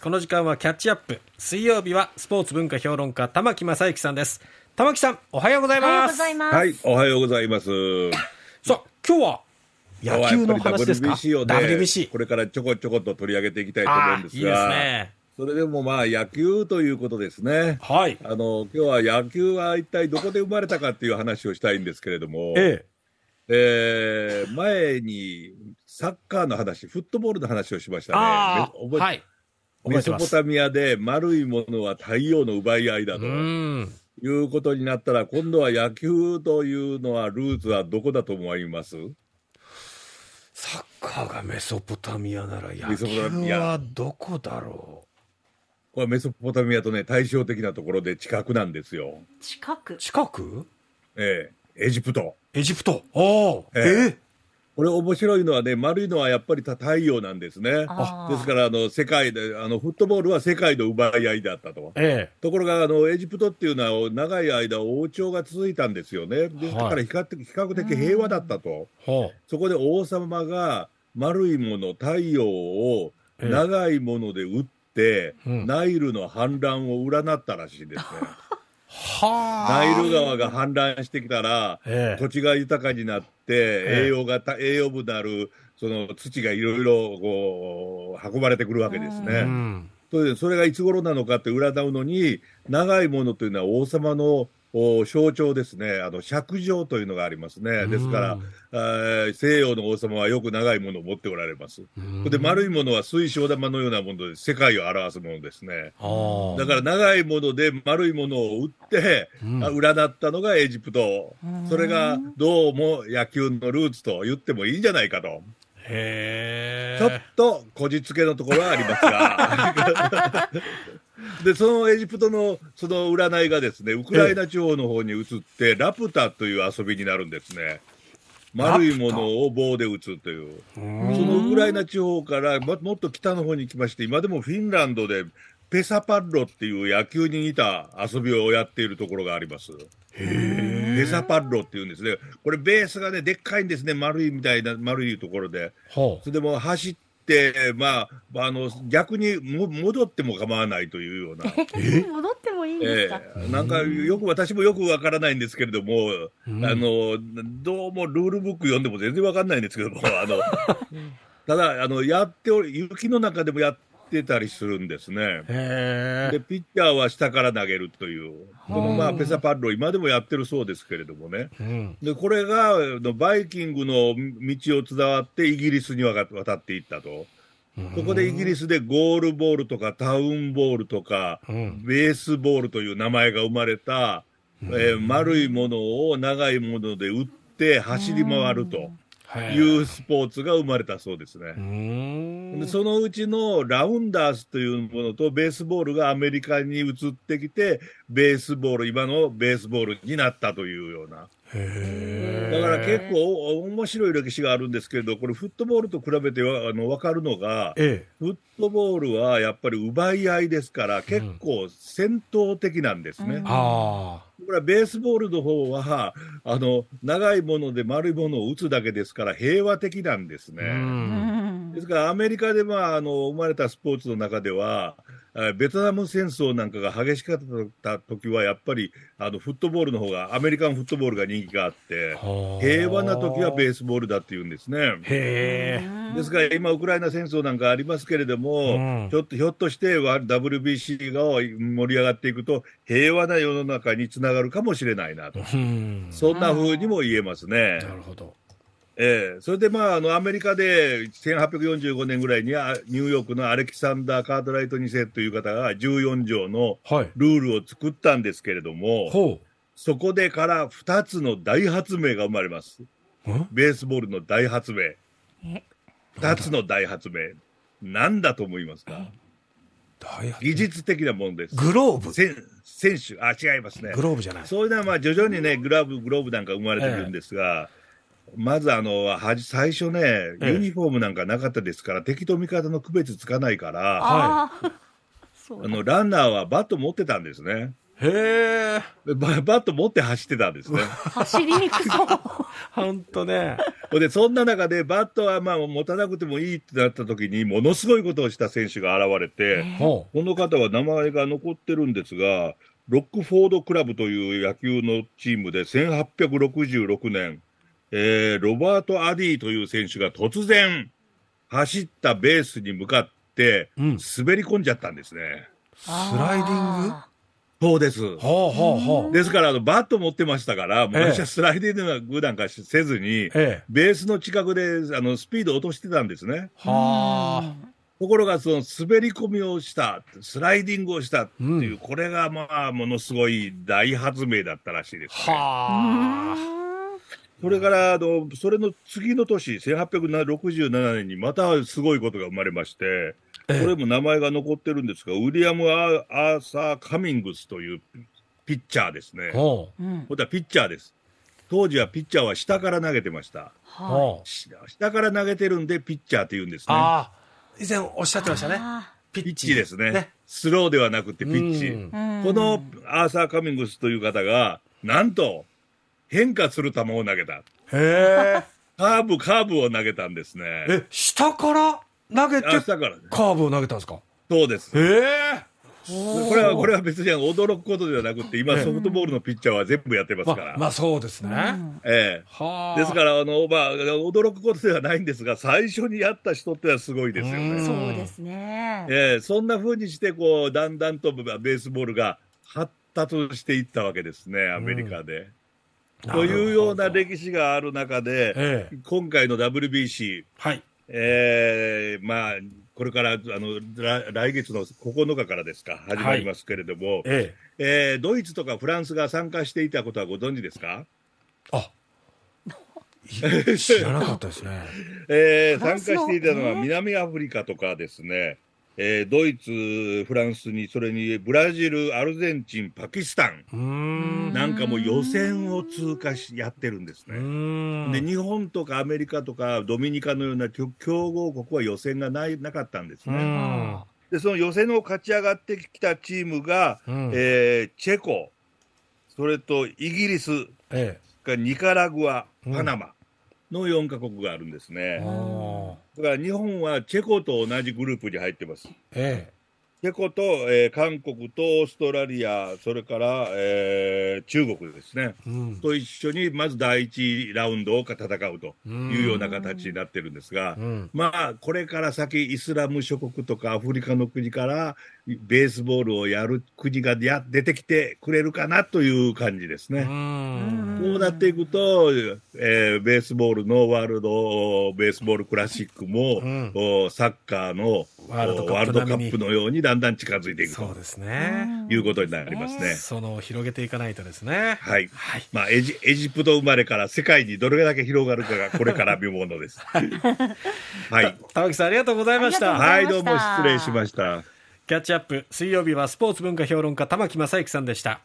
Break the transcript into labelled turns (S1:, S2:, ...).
S1: この時間はキャッチアップ水曜日はスポーツ文化評論家玉木正之さんです玉木さんおはようござい
S2: おはよう
S1: ま
S2: ご
S1: す
S2: ざいます。
S3: はい、おはようございます。
S1: さあ今日は野球の
S3: 今日はやっぱり
S1: 話ですか
S3: WBC をね、
S1: WBC
S3: これからちょこちょこと取り上げていきたいと思う
S1: あ
S3: ん
S1: ー
S3: です
S1: いい
S3: が、
S1: ですね
S3: それでもまあ野球ということですね。
S1: はい
S3: あの今日は野球は一体どこで生まれたかっていう話をしたいんですけれども、
S1: ええ
S3: えー前にサッカーの話、フットボールの話をしましたね。
S1: あ
S3: め覚
S1: あ
S3: え
S1: はい覚
S3: メ
S1: えて
S3: ソ
S1: ま
S3: ポ
S1: す
S3: タミアで丸いものは太陽の奪い合いだ
S1: う
S3: と
S1: ーん
S3: いうことになったら、今度は野球というのはルーツはどこだと思います
S1: サッカーがメソポタミアなら野
S3: メソポタ
S1: 球
S3: ミア
S1: はどこだろ
S3: これメソポタミアとね対照的なところで近くなんですよ。
S2: 近く
S1: う。近く
S3: ええエジプト。
S1: エジプトおー
S3: え
S1: え
S3: これ面白いのはね丸いのはやっぱりた太陽なんですね。
S2: あー
S3: ですからあの世界であのフットボールは世界の奪い合いだったと。
S1: え
S3: ところがあのエジプトっていうのは長い間王朝が続いたんですよね。でだか
S1: は
S3: ら
S1: い
S3: 比較的比較的平和だったと。
S1: ほ
S3: そこで王様が丸いもの太陽を
S1: ええ
S3: 長いもので打って、
S1: うん
S3: ナイルの氾濫を占ったらしいですね。
S1: は
S3: ナ
S1: あ
S3: イル川が氾濫してきたら、
S1: ええ
S3: 土地が豊かになって、
S1: え
S3: 栄養がた栄養分のあるその土がいろいろこう運ばれてくるわけです
S1: う
S3: ね。
S1: ん
S3: それでそれがいつ頃なのかって占うのに長いものというのは王様のお象徴ですねあの尺状というのがありますねですから、えー西洋の王様はよく長いものを持っておられます。
S1: うん
S3: それで丸いものは水晶玉のようなもので世界を表すものですね。
S1: あー
S3: だから長いもので丸いものを売って、
S1: うん
S3: あ占ったのがエジプト
S2: うん、
S3: それがどうも野球のルーツと言ってもいいんじゃないかと、
S1: へ
S3: ちょっとこじつけのところはありますが、でそのエジプトのその占いがですねウクライナ地方の方に移って、ラプタという遊びになるんですね。丸いものを棒で打つという。
S1: と
S3: そのウクライナ地方からももっと北の方に行きまして、今でもフィンランドでペサパッロっていう野球に似た遊びをやっているところがあります。ペサパッロっていうんですね。これベースがね、でっかいんですね。丸いみたいな、丸いところで。
S1: ほ
S3: それでもう走って、まあ、あの、逆にも戻っても構わないというような。
S2: 戻ってもいいんですか。
S3: ええなんかよく私もよくわからないんですけれども、
S1: うん
S3: あのどうもルールブック読んでも全然わかんないんですけども、あのただあのやっており雪の中でもやってたりするんですね。
S1: うへ
S3: で
S1: え
S3: ピッチャーは下から投げるという、このまあ
S2: うん
S3: ペサパッロ、今でもやってるそうですけれどもね、
S1: うん
S3: でこれがあのバイキングの道を伝わって、イギリスにわた渡っていったと、そこでイギリスでゴールボールとかタウンボールとか、
S1: うん
S3: ベースボールという名前が生まれた、えー丸いものを長いもので打って走り回ると
S1: へえ
S3: いうスポーツが生まれたそうです
S1: う
S3: ね。
S1: ん
S3: でそのうちのラウンダースというものとベースボールがアメリカに移ってきて、ベースボール、今のベースボールになったというような。
S1: へ
S3: だから結構お面白い歴史があるんですけれど、これフットボールと比べてはあの分かるのが、
S1: え
S3: フットボールはやっぱり奪い合いですから、結構戦闘的なんですね。
S2: うん
S1: ああ
S3: これはベースボールの方はあの長いもので丸いものを打つだけですから平和的なんです
S1: う
S3: ね。
S1: ん
S3: ですからアメリカで、まあ、あの生まれたスポーツの中ではえーベトナム戦争なんかが激しかった時はやっぱりあのフットボールの方がアメリカンフットボールが人気があって平和な時はベ
S1: ス
S3: ースボールだっていうんですね。
S1: へえ
S3: ですから今、ウクライナ戦争なんかありますけれども、
S1: うん
S3: ちょっとひょっとしてわ WBC が盛り上がっていくと、平和な世の中につながるかもしれないなと、
S1: うん
S3: そんな風にも言えますね。
S1: なるほど
S3: ええそれで、まあ、あのアメリカで1845年ぐらいにあニューヨークのアレキサンダー・カートライト2世という方が14条の
S1: はい
S3: ルールを作ったんですけれども、
S1: ほ
S3: そこでから2つの大発明が生まれます。
S1: ううん
S3: ベースボールの大発明。
S2: え
S3: 二つの大発明。なんだと思いますか
S1: 大発
S3: 技術的なものです。
S1: グローブ
S3: 選選手、あ、違いますね
S1: グ。ローブじゃない
S3: そういうのはまあ徐々にね、グラブ、グローブなんか生まれてるんですが、まずあの、はじ最初ね、
S1: え
S3: ユニフォームなんかなかったですから、敵と味方の区別つかないから、あ
S2: ああ。そうだ。
S3: の、ランナーはバット持ってたんですね。
S1: へえ。
S3: でババット持って走ってたんですね。
S2: 走りにく そう。
S1: ほんとね。
S3: で、そんな中で、バットはまあ持たなくてもいいってなった時に、ものすごいことをした選手が現れて、
S1: ほ
S3: この方は名前が残ってるんですが、ロックフォードクラブという野球のチームで1866年、えーロバート・アディという選手が突然、走ったベースに向かって、
S1: う。うん。ス
S3: 滑り込んじゃったんですね。
S1: ライディング
S2: あ
S3: そうです。
S1: ほうほうほう。
S3: ですから、あの、バット持ってましたから、もう
S1: ええ
S3: 私はスライディングなんかせずに、
S1: ええ。
S3: ベースの近くで、あの、スピードを落としてたんですね。
S1: はあ。
S3: ところが、その、滑り込みをした、スライディングをしたっていう、
S1: う
S3: これが、まあ、ものすごい大発明だったらしいです、ね。
S1: はあ。
S3: それから、あの、それの次の年、1867年にまたすごいことが生まれまして、こ
S1: ええ
S3: れも名前が残ってるんですが、ウィリアム・アーアーサー・カミングスというピッチャーですね。こ
S1: ほう。
S2: うん。
S3: れはピッチャーです。当時はピッチャーは下から投げてました。
S2: は
S1: ほう。
S3: し下から投げてるんで、ピッチャーって言うんですね。
S1: ああ。以前おっしゃってましたね。
S2: あ
S1: ピ
S3: ピッチですね。スローではなくてピッチ。
S1: うん
S2: い。うん
S3: この、アーサー・カミングスという方が、なんと、変化する球を投げた。
S1: へ
S3: カーブ、カーブを投げたんですね。
S1: え。え、下から投げて
S3: あ、下からね。
S1: カーブを投げたんですか
S3: そうです。
S1: へえ。
S3: これは、これは別に驚くことではなくて、今ソフトボールのピッチャーは全部やってますから。
S1: ままあそうですね。
S3: ええ
S1: はあ。
S3: ですから、あの、まあ、驚くことではないんですが、最初にやった人ってのはすごいですよ
S1: うん
S3: ね。
S2: そうですね。
S3: ええそんな風にして、こう、だんだんとベースボールが発達していったわけですね、アメリカで。
S1: なる
S3: と
S1: ほど
S3: いうような歴史がある中で、
S1: ええ。
S3: 今回の WBC、
S1: はい。
S3: えーまあ、これからあのら来月の9日からですか、始まりますけれども、
S1: ええ。
S3: えードイツとかフランスが参加していたことはご存知ですか、
S1: あ。い 知らなかったですね。
S3: えー
S2: フラ
S3: 参加
S2: ンスの
S3: していたのは
S2: ね
S3: 南アフリカとかですね、えードイツ、フランスに、それにブラジル、アルゼンチン、パキスタン
S1: うーん。
S3: なんかも予選を通過しやってるんです
S1: う
S3: ね。
S1: ーん。
S3: で日本とかアメリカとかドミニカのような強強豪国は予選がないなかったんです
S1: う
S3: ね。
S1: ん。
S3: でその予選を勝ち上がってきたチームが、
S1: うん
S3: えーチェコ、それとイギリス、
S1: え
S3: ニカラグア、
S1: うん
S3: パナマの4カ国があるんです
S1: え。
S3: ね。
S1: ああ。
S3: だから日本はチェコと同じグループに入ってます。
S1: え
S3: チェコと、えー韓国とオーストラリア、それから、えー中国ですね。
S1: え。うん。
S3: と一緒にまず第1ラウンドを戦うというような形になってるんですが、
S1: うん。
S3: まあ、これから先、イスラム諸国とかアフリカの国から、ベースボールをやる国がや出てきてくれるかなという感じです
S1: う
S3: ね。
S1: ん。
S3: こうなっていくと、えーベースボールのワールドベースボールクラシックも、
S1: うん
S3: おサッカーの
S1: ワールド
S3: お
S1: カッ
S3: ワー
S1: プ
S3: ルド
S1: 並
S3: カ
S1: みに
S3: ップのようにだんだん近づいていく
S1: そう
S3: と
S1: ですね。
S3: いうことになりますね。
S1: その広げていかないとですね。
S3: はい。
S1: はい。
S3: まあエジ、エジプト生まれから世界にどれだけ広がるかがこれから見もの です。はい。
S1: 玉木さんありがとうございまし
S2: ありがとうございま
S1: た。
S2: した
S3: はい、どうも失礼しました。
S1: キャッチアップ水曜日はスポーツ文化評論家玉木正之さんでした。